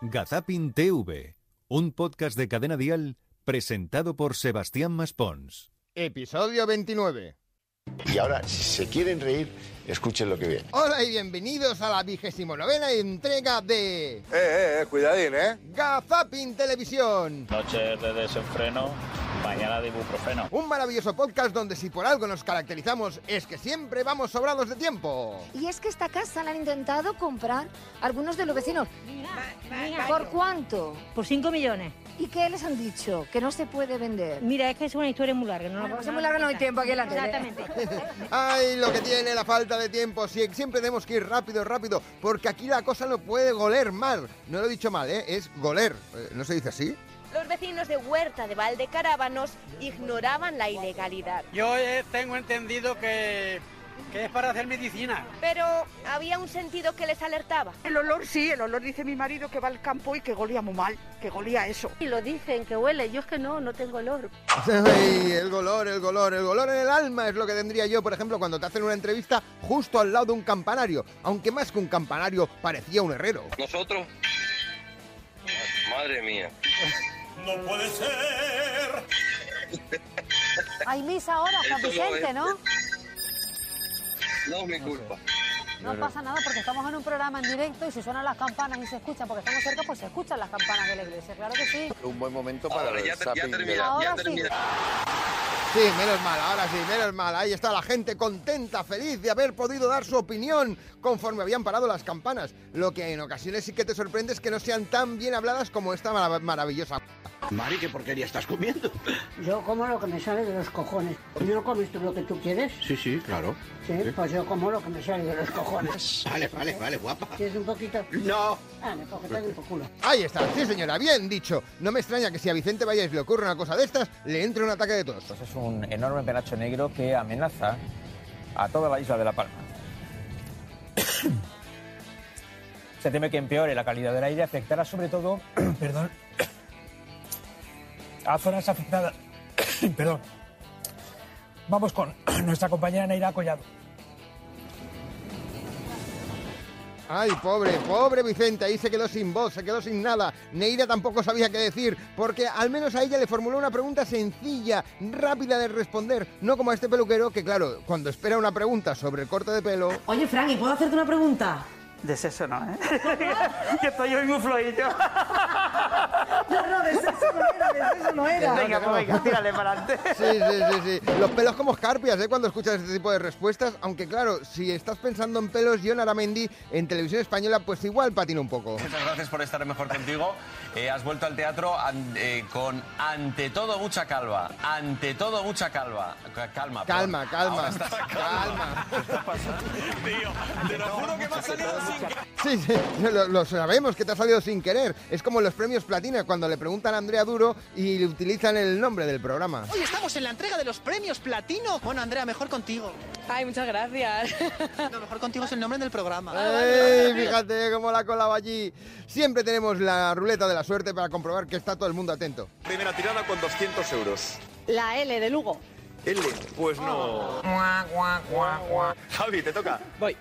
Gazapin TV, un podcast de cadena dial presentado por Sebastián Maspons. Episodio 29. Y ahora, si se quieren reír, escuchen lo que viene. Hola y bienvenidos a la vigésimo novena entrega de Eh, eh, eh, cuidadín, ¿eh? Gazapin Televisión. Noches de desenfreno, mañana de ibuprofeno. Un maravilloso podcast donde si por algo nos caracterizamos es que siempre vamos sobrados de tiempo. Y es que esta casa la han intentado comprar algunos de los vecinos. ¿Por cuánto? Por 5 millones. ¿Y qué les han dicho? Que no se puede vender. Mira, es que es una historia muy larga. No la Bueno, pues no es muy la largo, no hay cuenta. tiempo aquí en la tele. Exactamente. Ay, lo que tiene la falta de tiempo. Sí, siempre tenemos que ir rápido, rápido, porque aquí la cosa no puede goler mal. No lo he dicho mal, ¿eh? Es goler. Eh, ¿No se dice así? Los vecinos de Huerta de Valdecarábanos ignoraban la ilegalidad, Yo eh, tengo entendido que, que es para hacer medicina. pero había un sentido que les alertaba. El olor sí, el olor dice mi marido que va al campo y que golía muy mal, que golía eso. Y lo dicen que huele, yo es que no, no tengo olor. Ay, el golor, el golor, el golor en el alma es lo que tendría yo, por ejemplo, cuando te hacen una entrevista justo al lado de un campanario, aunque más que un campanario parecía un herrero. Nosotros. Madre mía. Hay misa ahora, Juan Eso no Vicente, es. ¿no? No es mi culpa. No pasa nada porque estamos en un programa en directo y si suenan las campanas y se escuchan, porque estamos cerca, pues se escuchan las campanas de la iglesia, claro que sí. Un buen momento para Ahora, el ya, te- ya zapping de- termina, Ahora ya sí. termina. Sí, menos mal, ahora sí, menos mal. Ahí está la gente contenta, feliz de haber podido dar su opinión conforme habían parado las campanas. Lo que en ocasiones sí que te sorprende es que no sean tan bien habladas como esta marav- maravillosa. Mari, ¿qué porquería estás comiendo? Yo como lo que me sale de los cojones. ¿Tú no comes tú lo que tú quieres? Sí, sí, claro. Sí, pues yo como lo que me sale de los cojones. Vale, vale, vale, guapa. ¿Quieres un poquito? No. Ah, me cojo un poco culo. Ahí está, sí señora, bien dicho. No me extraña que si a Vicente Valles le ocurre una cosa de estas, le entre un ataque de tos. Es un enorme penacho negro que amenaza a toda la isla de La Palma. Se teme que empeore la calidad del aire, afectará sobre todo, perdón, a zonas afectadas. perdón. Vamos con nuestra compañera Neira Collado. Ay, pobre, pobre Vicente, ahí se quedó sin voz, se quedó sin nada. Neira tampoco sabía qué decir, porque al menos a ella le formuló una pregunta sencilla, rápida de responder, no como a este peluquero que, claro, cuando espera una pregunta sobre el corte de pelo... Oye, Frank, ¿y puedo hacerte una pregunta? De sexo no, ¿eh? que estoy hoy muy flojillo. No, no, de eso no era, de eso no era. Venga, pues venga, tírale para adelante. Sí, sí, sí, sí. Los pelos como escarpias, ¿eh? Cuando escuchas este tipo de respuestas, aunque claro, si estás pensando en pelos, John Aramendi en televisión española, pues igual patina un poco. Muchas gracias por estar mejor contigo. Eh, has vuelto al teatro an- eh, con ante todo mucha calva. Ante todo mucha calva. Ca- Calma. perdón. Calma, calma, Ahora estás- calma. Tío, te lo juro que me ha salido sin Sí, sí, lo, lo sabemos que te ha salido sin querer. Es como en los premios Platina, cuando le preguntan a Andrea Duro y le utilizan el nombre del programa. Hoy estamos en la entrega de los premios platino. Bueno, Andrea, mejor contigo. Ay, muchas gracias. Lo mejor contigo es el nombre del programa. ¡Ey! Fíjate cómo la colaba allí. Siempre tenemos la ruleta de la suerte para comprobar que está todo el mundo atento. Primera tirada con 200 euros. La L de Lugo. Oh. L, pues no. Javi, te toca. Voy.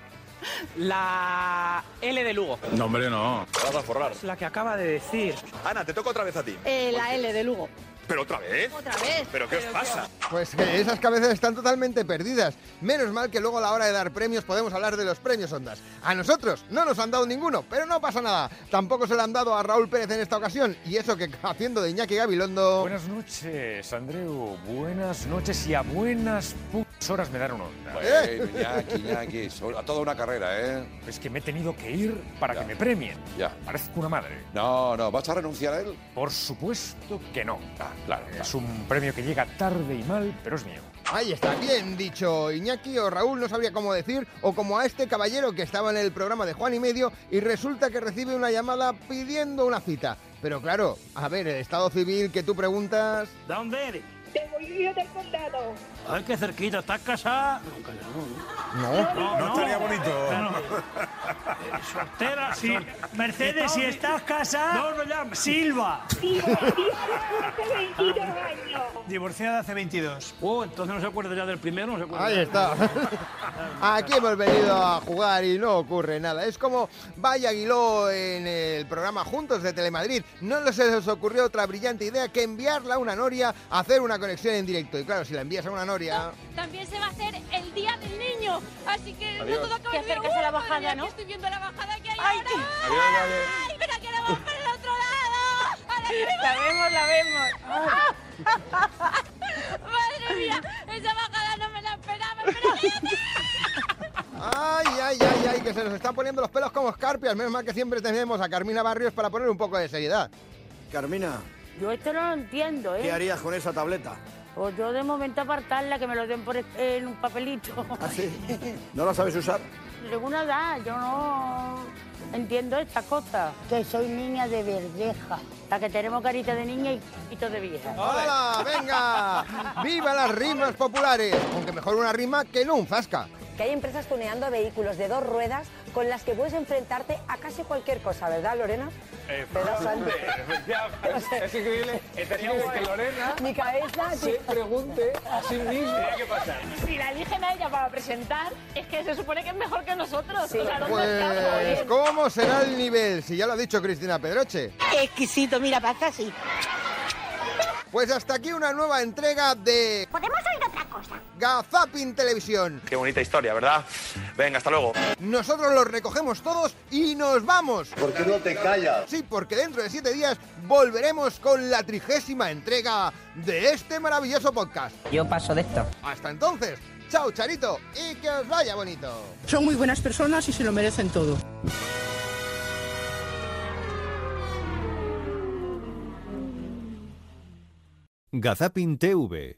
La L de Lugo. No, hombre, no. Vas a forrar. La que acaba de decir. Ana, te toca otra vez a ti. Eh, la L de Lugo. ¿Pero otra vez? Otra vez. ¿Pero qué os pasa? Pues que esas cabezas están totalmente perdidas. Menos mal que luego a la hora de dar premios podemos hablar de los premios Ondas. A nosotros no nos han dado ninguno, pero no pasa nada. Tampoco se lo han dado a Raúl Pérez en esta ocasión. Y eso que haciendo de Iñaki Gabilondo... Buenas noches, Andreu. Buenas noches y a buenas putas horas me daron onda. Eh. Iñaki, Iñaki, so- a toda una carrera, ¿eh? Es que me he tenido que ir para Ya. que me premien. Ya. Parezco una madre. No, no, ¿vas a renunciar a él? Por supuesto que no. claro, Es un premio que llega tarde y mal, pero es mío. Ahí está, bien dicho. Iñaki o Raúl no sabría cómo decir, o como a este caballero que estaba en el programa de Juan y Medio y resulta que recibe una llamada pidiendo una cita. Pero claro, a ver, el estado civil que tú preguntas... ¿Dónde eres? de Bolivia del Condado. Ay, qué cerquita, ¿estás casada? No, No, no. estaría bonito. Soltera, Sí, Mercedes, si estás casada, no, no llames. Silva. Divorciada hace 22. Oh, entonces no se acuerda ya del primero, no se acuerda. Ahí está. Aquí hemos venido a jugar y no ocurre nada. Es como Vaya Aguiló en el programa Juntos de Telemadrid. No les se les ocurrió otra brillante idea que enviarla a una noria a hacer una conexión en directo. Y claro, si la envías a una noria... También se va a hacer el Día del Niño, así que Adiós. no todo acaba Que de acercas a la bajada, ¿no? Estoy viendo la bajada que hay ahora. ¡Ay, pero que ahora vamos para el otro lado! ¡A La vemos, la vemos! ¡Madre mía! Esa bajada no me la esperaba, pero ¡Ay, ay, ay, ay! Que se nos están poniendo los pelos como escarpias. Menos mal que siempre tenemos a Carmina Barrios para poner un poco de seriedad. Carmina, Yo esto no lo entiendo, ¿eh? ¿qué harías con esa tableta? Pues yo de momento apartarla, que me lo den por este- en un papelito. Ah, ¿No la sabes usar? Ninguna edad, yo no entiendo estas cosas. Que soy niña de verdeja. La que tenemos carita de niña y pito de vieja. ¡Hola, venga! ¡Viva las rimas populares! Aunque mejor una rima que no un zasca. Que hay empresas tuneando vehículos de dos ruedas con las que puedes enfrentarte a casi cualquier cosa, ¿verdad, Lorena? Efectivamente, efectivamente. Es increíble. Teníamos que Lorena Mi cabeza... se pregunte a sí misma. Tenía que pasar. Si la eligen a ella para presentar, es que se supone que es mejor que nosotros. O sea, ¿dónde estamos? Pues, ¿cómo será el nivel? Si ya lo ha dicho Cristina Pedroche. Exquisito, mira, pasa así. Pues hasta aquí una nueva entrega de... ¿Podemos oír otra cosa? Gazapin Televisión. Qué bonita historia, ¿verdad? Venga, hasta luego. Nosotros los recogemos todos y nos vamos. ¿Por qué no te callas? Sí, porque dentro de siete días volveremos con la trigésima entrega de este maravilloso podcast. Yo paso de esto. Hasta entonces, chao Charito y que os vaya bonito. Son muy buenas personas y se lo merecen todo. Gazapin TV